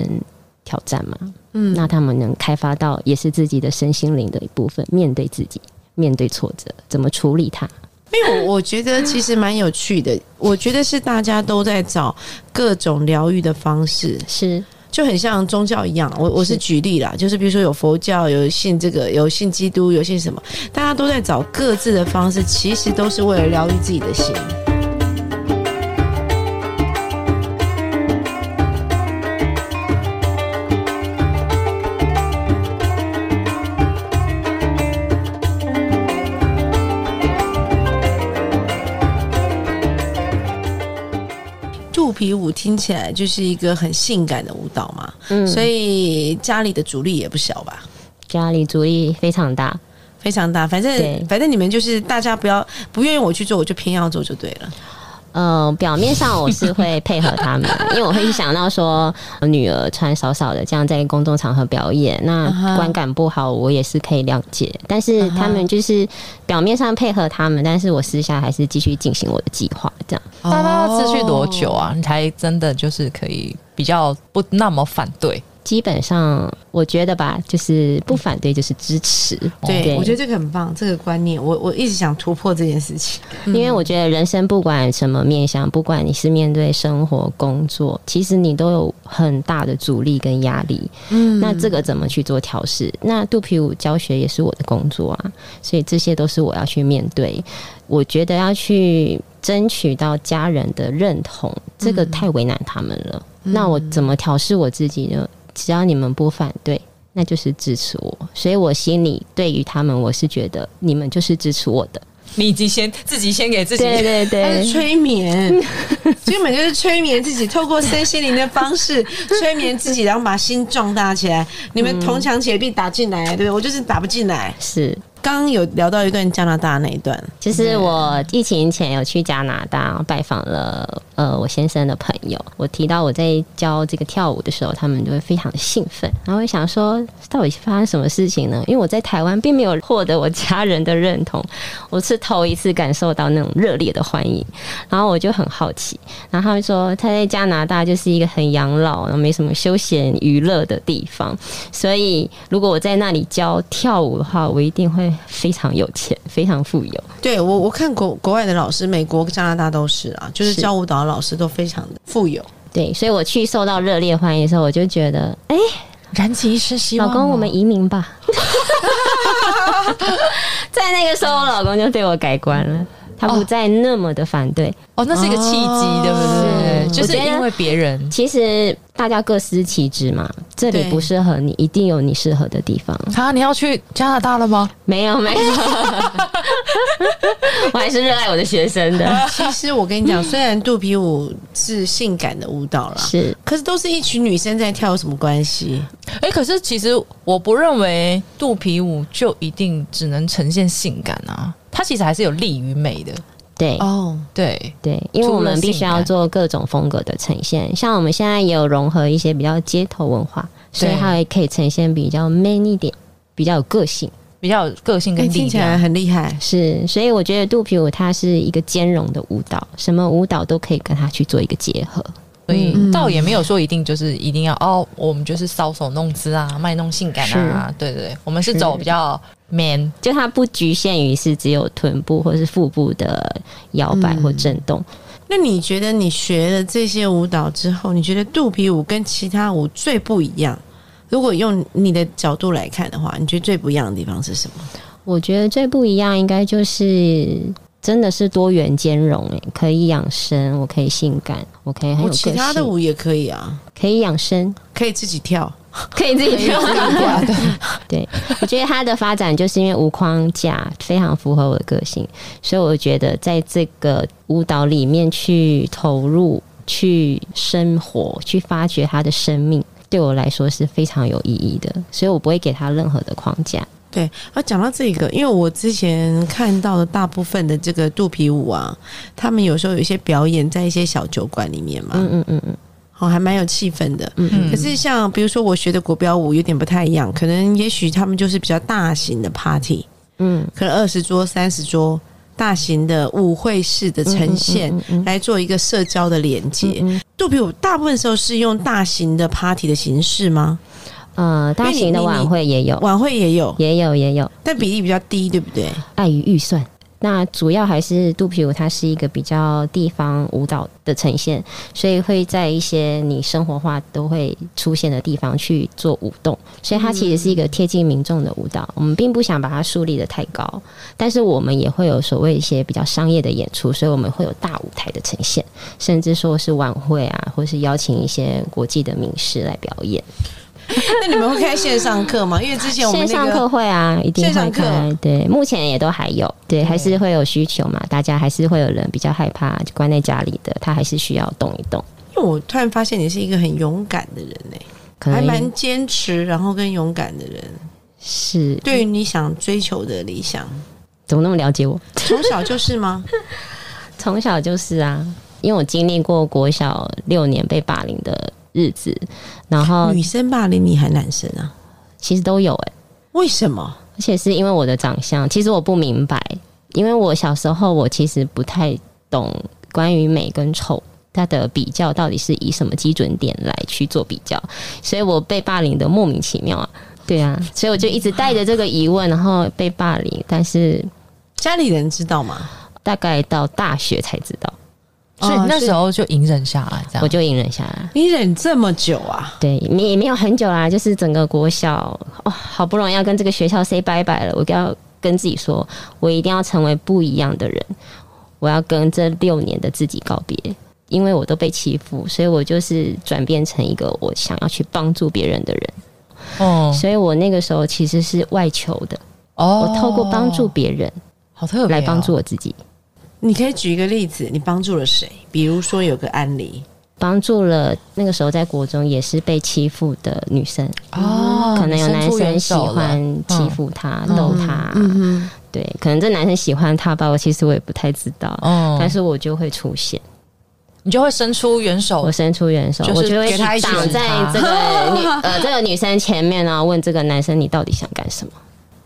Speaker 1: 挑战嘛。嗯，那他们能开发到也是自己的身心灵的一部分，面对自己，面对挫折，怎么处理它？
Speaker 4: 因为我我觉得其实蛮有趣的，我觉得是大家都在找各种疗愈的方式，
Speaker 1: 是
Speaker 4: 就很像宗教一样。我我是
Speaker 1: 是
Speaker 4: 举例啦，就是比如说有佛教，有信这个，有信基督，有信什么，大家都在找各自的方式，其实都是为了疗愈自己的心。肚皮舞听起来就是一个很性感的舞蹈嘛，
Speaker 1: 嗯
Speaker 4: 所以家里的阻力也不小吧。
Speaker 1: 家里阻力非常大。
Speaker 4: 非常大，反
Speaker 1: 对
Speaker 4: 正反正你们就是大家不要不愿意我去做，我就偏要做就对了。
Speaker 1: 呃，表面上我是会配合他们，因为我会去想到说，呃女儿穿少少的这样在公众场合表演，那观感不好，我也是可以谅解。但是他们就是表面上配合他们，但是我私下还是继续进行我的计划，这样。
Speaker 3: 大概要持续多
Speaker 4: 哦
Speaker 3: 久啊？你才真的就是可以比较不那么反对？
Speaker 1: 基本上，我觉得吧，就是不反对就是支持。
Speaker 4: 对
Speaker 2: 我觉得这个很棒，这个观念，我我一直想突破这件事情。
Speaker 1: 因为我觉得人生不管什么面向，不管你是面对生活、工作，其实你都有很大的阻力跟压力。嗯，那这个怎么去做调试？那肚皮舞教学也是我的工作啊，所以这些都是我要去面对。我觉得要去争取到家人的认同，这个太为难他们了。那我怎么调试我自己呢？只要你们不反对。那就是支持我，所以我心里对于他们，我是觉得你们就是支持我的。
Speaker 3: 你已经先自己先给自己
Speaker 1: 对对
Speaker 2: 它
Speaker 1: 对
Speaker 2: 是，催眠，
Speaker 4: *laughs*
Speaker 2: 根本就是催眠自己，透过身心灵的方
Speaker 4: *laughs*
Speaker 2: 式催眠自己，然后把心壮大起来。你们铜墙铁壁打进来，对
Speaker 4: 嗯
Speaker 2: 不对？我就是打不进来。
Speaker 1: 是，
Speaker 4: 刚刚有聊到一段加拿大那一段，
Speaker 1: 就是我疫情前有去加拿大拜访了呃我先生的朋友，我提到我在教这个跳舞的时候，他们就会非常的兴奋，然后我想说到底是发生什么事情呢？因为我在台湾并没有获得我家人的认同，我是头一次感受到那种热烈的欢迎，然后我就很好奇，然后他们说他在加拿大就是一个很养老，然后没什么休闲娱乐的地方，所以如果我在那里教跳舞的话，我一定会非常有钱，非常富有。
Speaker 4: 对我我看国国外的老师，美国、加拿大都是啊，就是
Speaker 1: 是
Speaker 4: 教舞蹈的老师都非常的富 *laughs* 有。
Speaker 1: 对，所以我去受到热烈欢迎的时候，我就觉得，哎、
Speaker 3: 燃起一丝希望
Speaker 1: 老
Speaker 3: 哦。
Speaker 1: 公，我们移民吧。在那个时候，我老公就对我改观了，他不再那么的反对。
Speaker 3: 哦，那是一个契机，对不对？
Speaker 1: 是
Speaker 3: 就是
Speaker 1: 我觉得
Speaker 3: 因为别人
Speaker 1: 其实大家各司其职嘛，这里
Speaker 4: 对
Speaker 1: 不适合你，一定有你适合的地方。
Speaker 3: 啊，你要去加拿大了吗？
Speaker 1: 没有，没有， *laughs* 我还是热爱我的学
Speaker 3: *laughs*
Speaker 1: 生的。
Speaker 4: 其实我跟你讲，虽然肚皮舞是性感的舞蹈啦，
Speaker 1: 是，
Speaker 4: 可是都是一群女生在跳，有什么关系？
Speaker 3: 哎、可是其实我不认为肚皮舞就一定只能呈现性感啊，它其实还是有利于美的。
Speaker 1: 对。
Speaker 4: 哦，
Speaker 3: 对，
Speaker 1: 对，因为
Speaker 3: 除
Speaker 1: 我
Speaker 3: 了
Speaker 1: 们必须
Speaker 3: 性感
Speaker 1: 要做各种风格的呈现，像我们现在也有融合一些比较街头文化，所以
Speaker 3: 对
Speaker 1: 它也可以呈现比较 man 一点，比较有个性。
Speaker 3: 比较有个性
Speaker 4: 哎，
Speaker 3: 跟力
Speaker 4: 听起
Speaker 3: 量。
Speaker 4: 来很厉害。
Speaker 1: 是，所以我觉得肚皮舞它是一个兼容的舞蹈，什么舞蹈都可以跟它去做一个结合。
Speaker 3: 所
Speaker 1: 嗯
Speaker 3: 以倒也没有说一定就是一定要哦，我们就是搔首弄姿啊，卖弄性感啊，对对，对我们是走比较
Speaker 1: *laughs*
Speaker 3: man，
Speaker 1: 就它不局限于是只有臀部或是腹部的摇摆
Speaker 4: 嗯
Speaker 1: 或震动，
Speaker 4: 那你觉得你学了这些舞蹈之后，你觉得肚皮舞跟其他舞最不一样？如果用你的角度来看的话，你觉得最不一样的地方是什么？
Speaker 1: 我觉得最不一样应该就是真的是多元兼容、欸，可以养生，我可以性感，我可以很有
Speaker 4: 我
Speaker 1: 个
Speaker 4: 哦其
Speaker 1: 性，
Speaker 4: 他的舞也可以啊，
Speaker 1: 可以养生，
Speaker 4: 可以自己跳。
Speaker 1: 可以自
Speaker 3: *laughs*
Speaker 1: 己跳。
Speaker 3: 对对
Speaker 1: 对，我觉得它的发展就是因为无框架非常符合我的个性，所以我觉得在这个舞蹈里面去投入、去生活、去发掘它的生命，对我来说是非常有意义的，所以我不会给它任何的框架。
Speaker 4: 对，啊，讲到这个，因为我之前看到的大部分的这个肚皮舞啊，他们有时候有一些表演在一些小酒馆里面嘛，
Speaker 1: 嗯嗯嗯嗯，
Speaker 4: 哦，还蛮有气氛的。
Speaker 3: 嗯
Speaker 4: 可是像比如说我学的国标舞有点不太一样，可能也许他们就是比较大型的 party，
Speaker 1: 嗯，
Speaker 4: 可能二十桌、三十桌大型的舞会式的呈
Speaker 1: 嗯
Speaker 4: 现，来做一个社交的连接。杜比舞大部分时候是用大型的 party 的形式吗？
Speaker 1: 呃，大型的晚会也有，
Speaker 4: 晚会也有，
Speaker 1: 哦也有，也有，
Speaker 4: 但比例比较低，对不对？
Speaker 1: 碍于预算。那主要还是肚皮舞，它是一个比较地方舞蹈的呈现，所以会在一些你生活化都会出现的地方去做舞动，所以它其实是一个贴近民众的舞蹈。我们并不想把它树立的太高，但是我们也会有所谓一些比较商业的演出，所以我们会有大舞台的呈现，甚至说是晚会啊，或是邀请一些国际的名师来表演。
Speaker 4: 那你们会开线上课
Speaker 1: *laughs*
Speaker 4: 吗？因为之前我们
Speaker 1: 线
Speaker 4: 那个
Speaker 1: 上课会啊，一定
Speaker 4: 线上
Speaker 1: 会
Speaker 4: 课
Speaker 1: 开。对，目前也都还有，对，还是会有需求嘛，大家还是会有人比较害怕就关在家里的，他还是需要动一动。
Speaker 4: 因为我突然发现你是一个很勇敢的人呢、
Speaker 1: 可
Speaker 4: 还
Speaker 1: 能
Speaker 4: 蛮坚持，然后跟勇敢的人。
Speaker 1: 是
Speaker 4: 对于你想追求的理
Speaker 1: *laughs*
Speaker 4: 想，
Speaker 1: 怎么那么了解我？
Speaker 4: 从小就是
Speaker 1: *laughs*
Speaker 4: 吗？
Speaker 1: 从小就是啊，因为我经历过国小六年被霸凌的日子，然
Speaker 4: *laughs*
Speaker 1: 后
Speaker 4: 女生霸凌你还男生啊？
Speaker 1: 其实都有哎、
Speaker 4: 为什么？
Speaker 1: 而且是因为我的长相，其实我不明白，因为我小时候我其实不太懂关于美跟丑它的比较到底是以什么基准点来去做比较，所以我被霸凌的莫名其妙啊，对啊，所以我就一直带着这个疑问，然后被霸凌，但是
Speaker 4: 家里人知道吗？
Speaker 1: 大概到大学才知道，
Speaker 3: 所以
Speaker 4: 哦
Speaker 3: 那时候就隐忍下来，这样
Speaker 1: 我就隐忍下来。
Speaker 4: 你忍这么久啊？
Speaker 1: 对，也没有很久啦，就是整个国小哦，好不容易要跟这个学校 say 拜拜了，我要跟自己说，我一定要成为不一样的人，我要跟这六年的自己告别，因为我都被欺负，所以我就是转变成一个我想要去帮助别人的人，
Speaker 3: 哦
Speaker 1: 所以我那个时候其实是外求的，
Speaker 3: 哦
Speaker 1: 我透过帮助别人
Speaker 3: 好特别、哦
Speaker 1: 来帮助，我自己，
Speaker 4: 你可以举一个例子，你帮助了谁？比如说有个案例，
Speaker 1: 帮助了那个时候在国中也是被欺负的女生，
Speaker 3: 哦，
Speaker 1: 可能有男生
Speaker 3: 你伸出援
Speaker 1: 喜
Speaker 3: 手了
Speaker 1: 欢欺负她、逗她。
Speaker 4: 嗯
Speaker 1: 对，可能这男生喜欢他吧，我其实我也不太知道，
Speaker 3: 哦
Speaker 1: 但是我就会出现，
Speaker 3: 你就会伸出援手
Speaker 1: 我，伸出援手，
Speaker 3: 哦就是
Speaker 1: 我就会
Speaker 3: 给他一起
Speaker 1: 挡
Speaker 3: 惩
Speaker 1: 在
Speaker 3: 罚
Speaker 1: 这
Speaker 3: *laughs*
Speaker 1: 个女呃这个女生前面呢、问这个男生你到底想干什么？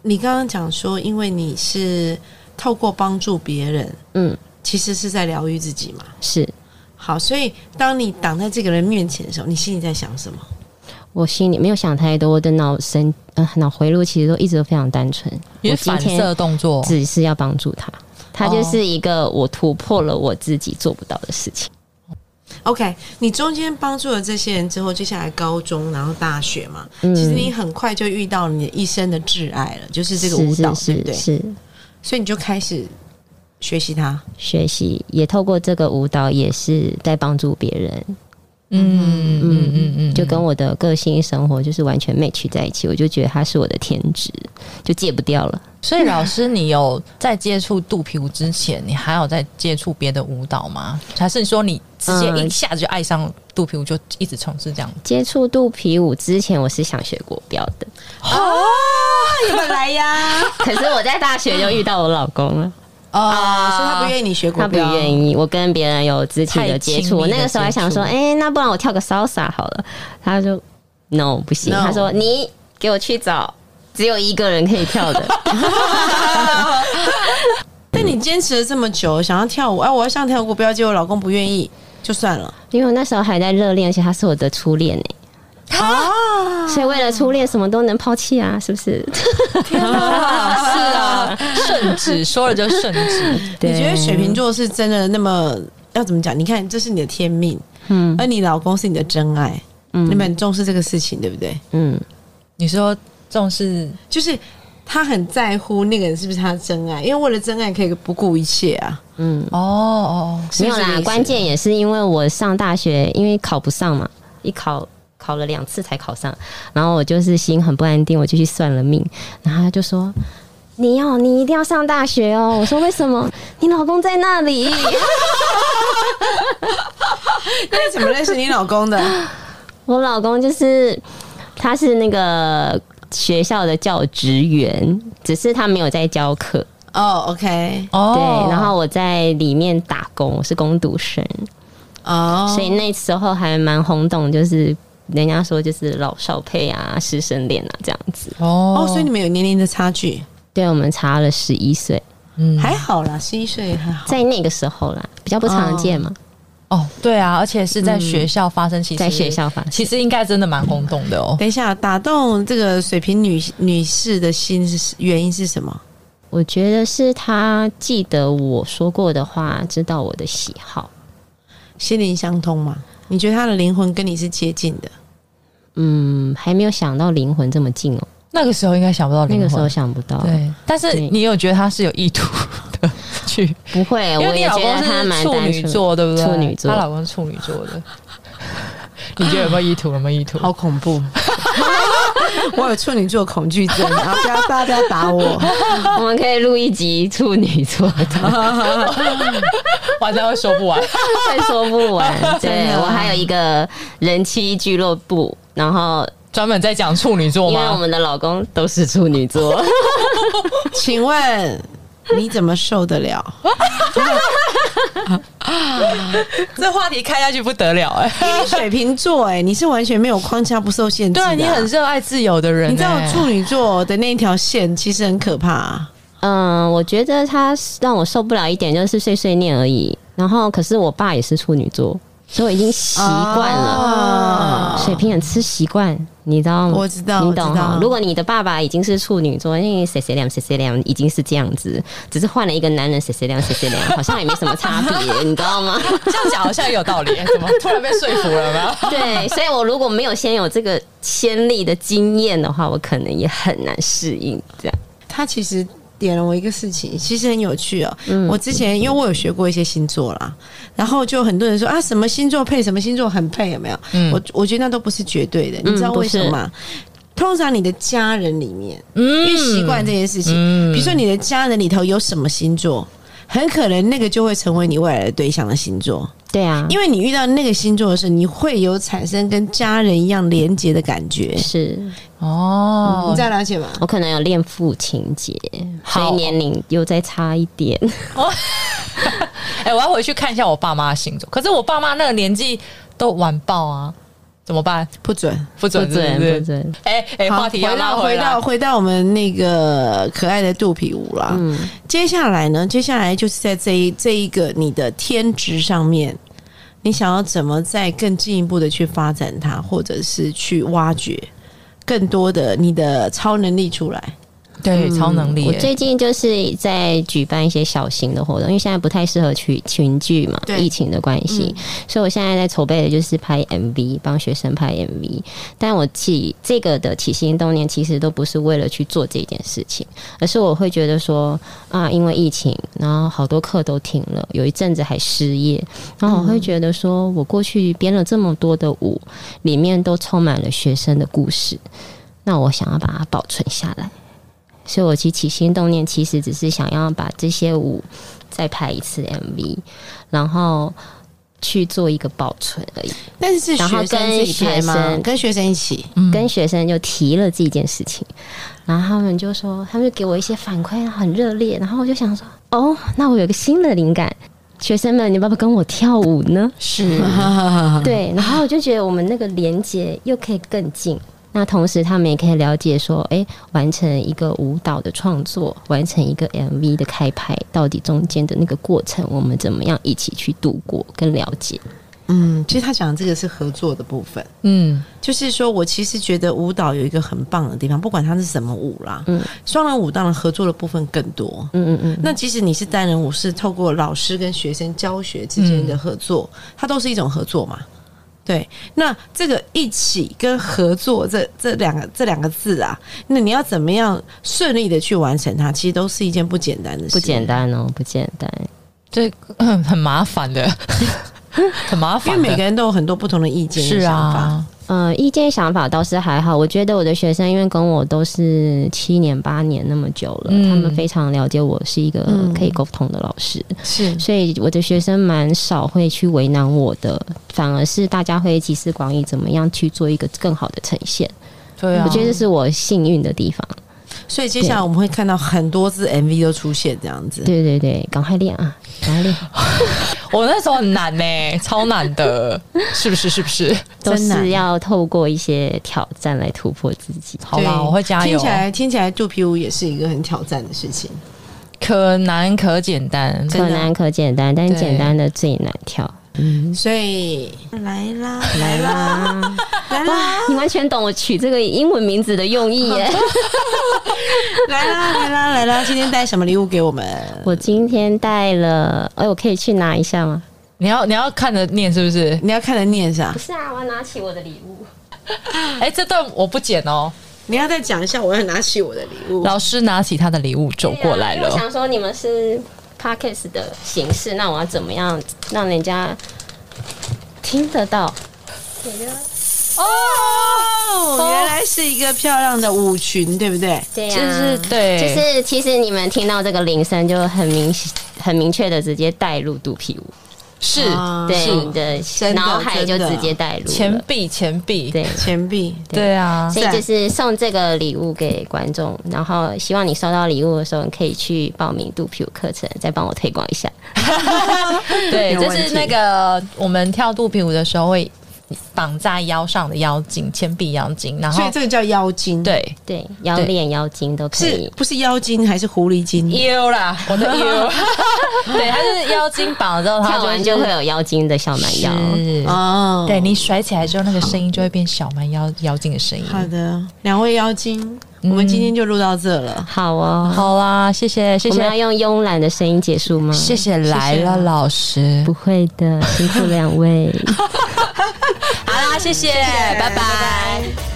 Speaker 4: 你刚刚讲说，因为你是透过帮助别人，
Speaker 1: 嗯，
Speaker 4: 其实是在疗愈自己嘛。
Speaker 1: 是
Speaker 4: 好，所以当你挡在这个人面前的时候，你心里在想什么？
Speaker 1: 我心里没有想太多，我的脑神呃脑回路其实都一直都非常单纯，
Speaker 3: 也
Speaker 1: 我
Speaker 3: 是
Speaker 1: 今
Speaker 3: 反
Speaker 1: 天
Speaker 3: 射动作，
Speaker 1: 只是要帮助他，他
Speaker 3: 哦
Speaker 1: 就是一个我突破了我自己做不到的事情。
Speaker 4: OK，你中间帮助了这些人之后，接下来高中，然后大学嘛，
Speaker 1: 嗯
Speaker 4: 其实你很快就遇到了你一生的挚爱了，就是这个舞蹈，
Speaker 1: 是
Speaker 4: 对不
Speaker 1: 是
Speaker 4: 对
Speaker 1: 是？是
Speaker 4: 所以你就开始学习它。
Speaker 1: 学习，也透过这个舞蹈，也是在帮助别人。
Speaker 3: 嗯嗯嗯嗯，
Speaker 1: 就跟我的个性生活就是完全 match 在一起，我就觉得它是我的天职，就戒不掉了。
Speaker 3: 所以老师，你有在接触肚皮舞之前，你还有在接触别的舞蹈吗？还是说你直接
Speaker 1: 嗯
Speaker 3: 一下子就爱上肚皮舞，就一直从事这样？
Speaker 1: 接触肚皮舞之前，我是想学国标的，
Speaker 4: 哦，你们来呀！
Speaker 1: *laughs* 可是我在大学就遇到我老公了，
Speaker 4: 哦，所以他不愿意你学国
Speaker 1: 他啊不
Speaker 4: 标，意。
Speaker 1: 愿意我跟别人有肢体
Speaker 3: 太
Speaker 1: 的接
Speaker 3: 亲密
Speaker 1: 触。
Speaker 3: 的
Speaker 1: 我那个时候还想说，
Speaker 3: 接触
Speaker 1: 哎、那不然我跳个 salsa 好了。他就 no 不行
Speaker 4: No
Speaker 1: 他说你给我去找只有一个人可以
Speaker 3: *laughs*
Speaker 1: 跳的，
Speaker 4: 但你坚持了这么久，想要跳舞，哎、啊，我要上跳国标，结果老公不愿意，就算了。
Speaker 1: 因为我那时候还在热恋，而且他是我的初恋呢、啊，所以为了初恋什么都能抛弃啊，是不是？
Speaker 3: 是啊，圣旨说了就圣旨，
Speaker 1: 对
Speaker 4: 你觉得水瓶座是真的那么要怎么讲？你看，这是你的天命，
Speaker 1: 嗯
Speaker 4: 而你老公是你的真爱，哎你们很重视这个事情，对不对？
Speaker 1: 嗯，
Speaker 3: 你说重视
Speaker 4: 就是他很在乎那个人是不是他的真爱，因为为了真爱可以不顾一切啊。
Speaker 1: 嗯，
Speaker 3: 哦哦，
Speaker 4: 是
Speaker 1: 没
Speaker 4: 不
Speaker 1: 有
Speaker 4: 是这个
Speaker 1: 啦
Speaker 4: 意，思
Speaker 1: 关键也是因为我上大学，因为考不上嘛，一考考了两次才考上，然后我就是心很不安定，我就去算了命，然后他就说。你哦，你一定要上大学哦！我说为什么？你老公在那里，
Speaker 4: 那你怎么认识你老公的？
Speaker 1: 我老公就是他是那个学校的教职员，只是他没有在教课。
Speaker 4: *laughs* 哦，OK，
Speaker 3: 哦，
Speaker 1: 对，然后我在里面打工，我是工读生。
Speaker 4: 哦，
Speaker 1: 所以那时候还蛮轰动，就是人家说就是老少配啊、师生恋啊这样子。
Speaker 3: 哦
Speaker 4: 哦，所以你们有年龄的差距。
Speaker 1: 对我们差了十一岁，
Speaker 3: 嗯，
Speaker 2: 还好啦，十一岁还好。
Speaker 1: 在那个时候啦，比较不常见嘛，
Speaker 3: 哦，对啊，而且是在学校发生，其实
Speaker 1: 在学校发
Speaker 3: 其实应该真的蛮轰动的哦。
Speaker 4: 等一下，打动这个水瓶女女士的心是原因是什么？
Speaker 1: 我觉得是他记得我说过的话，知道我的喜好。
Speaker 4: 心灵相通嘛？你觉得她的灵魂跟你是接近的？
Speaker 1: 嗯，还没有想到灵魂这么近哦、
Speaker 3: 那个时候应该想不到
Speaker 1: 那
Speaker 3: 灵
Speaker 1: 个时候
Speaker 3: 魂，
Speaker 1: 想不到，
Speaker 3: 对，但是
Speaker 1: 对
Speaker 3: 你有觉得他是有意
Speaker 1: *laughs*
Speaker 3: 图的去，
Speaker 1: 不会，
Speaker 3: 因
Speaker 1: 哎我
Speaker 3: 为你
Speaker 1: 也
Speaker 3: 老
Speaker 1: 觉
Speaker 3: 公
Speaker 1: 得他蛮
Speaker 3: 是处
Speaker 1: 单
Speaker 3: 女
Speaker 1: 纯的。
Speaker 3: 座，对不对？
Speaker 1: 处女座
Speaker 3: 她老公是处女座的， *laughs* 你觉得有没有意图？有没有意图？
Speaker 4: 好恐怖！ *laughs* 我有处女座恐惧症，然后不要大家不要打我。
Speaker 1: *laughs* 我们可以录一集处女座
Speaker 3: *laughs*
Speaker 1: 的，
Speaker 3: 晚上会说不完。
Speaker 1: *laughs* 会说
Speaker 3: *laughs*
Speaker 1: 不完。对
Speaker 4: 真的啊
Speaker 1: 我还有一个人妻俱乐部，然后
Speaker 3: 专门在讲处女座
Speaker 1: 因为我
Speaker 3: 吗？
Speaker 1: 们的老公都是处女
Speaker 3: *laughs*
Speaker 1: 座，
Speaker 4: 请问你怎么受得了？
Speaker 3: 这话题开下去不得了哎、
Speaker 4: 因为水瓶座、哎，你是完全没有框架、不受限制
Speaker 3: 对
Speaker 4: 的啊、
Speaker 3: 啊，你很热爱自由的人、
Speaker 4: 你知道
Speaker 3: 哎
Speaker 4: 处女座的那一条线其实很可怕、
Speaker 1: 嗯，我觉得他让我受不了一点就是碎碎念而已。然后，可是我爸也是处女座，所以我已经习惯了。
Speaker 4: 啊
Speaker 1: 水瓶很吃习惯，你知道吗？
Speaker 4: 我知道
Speaker 1: 你
Speaker 4: 我
Speaker 1: 懂
Speaker 4: 知道
Speaker 1: 哈。如果你的爸爸已经是处女座，因为谁谁亮谁谁亮已经是这样子，只是换了一个男人谁谁亮谁谁亮，好像也没什么差别，你知道吗？
Speaker 3: 这样讲好像也有道理、
Speaker 1: *laughs*
Speaker 3: 哎怎么突然被说服了呢？
Speaker 1: 对，所以我如果没有先有这个先例的经验的话，我可能也很难适应这样。
Speaker 4: 他其实点了我一个事情，其实很有趣哦。
Speaker 3: 嗯
Speaker 4: 我之前因为我有学过一些星座啦，然后就很多人说啊，什么星座配什么星座很配，有没有？
Speaker 3: 嗯
Speaker 4: 我我觉得那都不是绝对的，你知道为什么吗？通常你的家人里面，
Speaker 3: 嗯
Speaker 1: 嗯
Speaker 4: 因为习惯这件事情，比如说你的家人里头有什么星座，很可能那个就会成为你未来的对象的星座。
Speaker 1: 对啊，
Speaker 4: 因为你遇到那个星座的时候，你会有产生跟家人一样连接的感觉，
Speaker 1: 是
Speaker 3: 哦
Speaker 4: 你知，道了解吗？
Speaker 1: 我可能有恋父情节，所以
Speaker 3: 好
Speaker 1: 年龄又再差一点。
Speaker 3: 哎、我要回去看一下我爸妈的星座。可是我爸妈那个年纪都晚爆啊，怎么办？
Speaker 4: 不准。
Speaker 3: 不
Speaker 1: 不
Speaker 3: 准是
Speaker 1: 准
Speaker 3: 不是
Speaker 1: 不准，
Speaker 3: 哎哎、
Speaker 4: 好，
Speaker 3: 话题要
Speaker 4: 回
Speaker 3: 拉
Speaker 4: 到
Speaker 3: 回
Speaker 4: 回
Speaker 3: 来
Speaker 4: 到。回到我们那个可爱的肚皮舞啦。
Speaker 1: 嗯，
Speaker 4: 接下来呢，接下来就是在这一这一个你的天职上面，你想要怎么再更进一步的去发展它，或者是去挖掘更多的你的超能力出来？
Speaker 3: 对，超能力、
Speaker 1: 我
Speaker 3: 哎
Speaker 1: 最近就是在举办一些小型的活动，因为现在不太适合去群聚嘛，
Speaker 4: 对
Speaker 1: 疫情的关系，所以我现在在筹备的就是拍 MV，帮学生拍 MV。但我起这个的起心动念，其实都不是为了去做这件事情，而是我会觉得说啊，因为疫情，然后好多课都停了，有一阵子还失业，然后我会觉得说，我过去编了这么多的舞，里面都充满了学生的故事，那我想要把它保存下来。所以我其实起心动念，其实只是想要把这些舞再拍一次 MV，然后去做一个保存而已。
Speaker 4: 但是是
Speaker 1: 然后
Speaker 4: 学生
Speaker 1: 跟
Speaker 4: 自己拍
Speaker 1: 学
Speaker 4: 吗？
Speaker 1: 生嗯
Speaker 4: 跟学生一起，
Speaker 1: 跟学生就提了这件事情，然后他们就说，他们就给我一些反馈，很热烈。然后我就想说，哦，那我有个新的灵感，学生们，你们要不要跟我跳舞呢？
Speaker 4: 是
Speaker 3: 嗯
Speaker 1: 对，然后我就觉得我们那个连接又可以更近。那同时，他们也可以了解说，哎、完成一个舞蹈的创作，完成一个 MV 的开拍，到底中间的那个过程，我们怎么样一起去度过跟了解？
Speaker 4: *laughs* 嗯，其实他讲的这个是合作的部分。
Speaker 3: 嗯，
Speaker 4: 就是说我其实觉得舞蹈有一个很棒的地方，不管它是什么舞啦，
Speaker 1: 嗯
Speaker 4: 双人舞当然合作的部分更多。
Speaker 1: 嗯嗯嗯，
Speaker 4: 那即使你是单人舞，是透过老师跟学生教学之间的合作，它都是一种合作嘛。对，那这个一起跟合作这这两个这两个字啊，那你要怎么样顺利的去完成它，其实都是一件不简单的事。
Speaker 1: 不简，单哦，不简单。
Speaker 3: 这嗯很麻烦的， *laughs* 很麻
Speaker 4: 因
Speaker 3: 烦
Speaker 4: 为
Speaker 3: 的，
Speaker 4: 每个人都有很多不同的意见
Speaker 3: 是
Speaker 4: 跟想法。
Speaker 3: 啊，
Speaker 1: 呃，意见想法倒是还好，我觉得我的学生因为跟我都是七年八年那么久了，
Speaker 3: 嗯
Speaker 1: 他们非常了解我是一个可以沟通的老师。
Speaker 4: 是
Speaker 1: 所以我的学生蛮少会去为难我的，反而是大家会集思广益，怎么样去做一个更好的呈现。
Speaker 3: 对啊，
Speaker 1: 我觉得这是我幸运的地方。
Speaker 4: 所以接下来我们会看到很多支 MV 都出现这样子。
Speaker 3: 啊
Speaker 1: 对对对，赶快练啊，赶快练，
Speaker 3: 我那时候很难呢、超难的， *laughs* 是不是？是不是？
Speaker 1: 都
Speaker 4: 真难
Speaker 1: 是要透过一些挑战来突破自己。
Speaker 3: 好啦，
Speaker 4: 对
Speaker 3: 我会加
Speaker 4: 听
Speaker 3: 油
Speaker 4: 起。来听起来肚皮舞也是一个很挑战的事情。
Speaker 3: 可难可简单，
Speaker 1: 可难可简单，但
Speaker 3: 对
Speaker 1: 简单的最难跳。
Speaker 3: 嗯
Speaker 4: 所以来啦，来啦，来
Speaker 1: 哇
Speaker 4: 啦，，
Speaker 1: 你完全懂我取这个英文名字的用
Speaker 3: *laughs*
Speaker 1: 意耶！
Speaker 4: 来啦，来啦，来啦！今天带什么礼物给我们？
Speaker 1: 我今天带了，哎、我可以去拿一下吗？
Speaker 3: 你要你要看着念是不是？
Speaker 4: 你要看着念啥
Speaker 1: 不？是啊，我要拿起我的礼物。
Speaker 3: 哎、这段我不剪哦。
Speaker 4: 你要再讲一下，我要拿起我的礼物。
Speaker 3: 老师拿起他的礼物走过来
Speaker 1: 对啊因为我
Speaker 3: 了，
Speaker 1: 想说你们是 podcast 的形式，那我要怎么样让人家听得到？
Speaker 4: 哦，原来是一个漂亮的舞裙，对不对？
Speaker 1: 对呀、
Speaker 3: 就是对，
Speaker 1: 就是其实你们听到这个铃声，就很明很明确的直接带入肚皮舞，
Speaker 3: 是
Speaker 4: 啊
Speaker 1: 对
Speaker 4: 是
Speaker 1: 你的
Speaker 4: 真的
Speaker 1: 脑海
Speaker 4: 真
Speaker 1: 就
Speaker 4: 的
Speaker 1: 直接带入了
Speaker 3: 钱币钱币，
Speaker 1: 对。
Speaker 4: 钱币，
Speaker 3: 对啊，
Speaker 1: 所以就是送这个礼物给观众，然后希望你收到礼物的时候，你可以去报名肚皮舞课程，再帮我推广一下。
Speaker 3: 对，
Speaker 4: 有
Speaker 3: 就
Speaker 4: 问
Speaker 3: 是
Speaker 4: 题
Speaker 3: 那个我们跳肚皮舞的时候会绑在腰上的腰巾，铅笔腰巾，然
Speaker 4: 所以
Speaker 3: 后
Speaker 4: 这个叫妖精，，
Speaker 3: 对
Speaker 1: 对，腰
Speaker 3: 对
Speaker 1: 链、腰筋都可以
Speaker 4: 是。不是妖精还是狐狸精？
Speaker 3: 腰啦，我的腰， *laughs* 对，它是腰巾绑了之后，它
Speaker 1: 跳完就会有妖精的小蛮腰，
Speaker 3: 是
Speaker 4: 哦，
Speaker 3: 对你甩起来之后，那个声音就会变小蛮腰妖精的声音。
Speaker 4: 好的，两位妖精，我们今天就录到这了。
Speaker 1: 好哦。
Speaker 3: 好啦，谢谢谢
Speaker 1: 我们
Speaker 3: 谢
Speaker 1: 要用慵懒的声音结束吗？
Speaker 3: 谢谢来了老师
Speaker 1: 不，会的，辛苦两位。
Speaker 3: 好啦，谢谢，拜拜。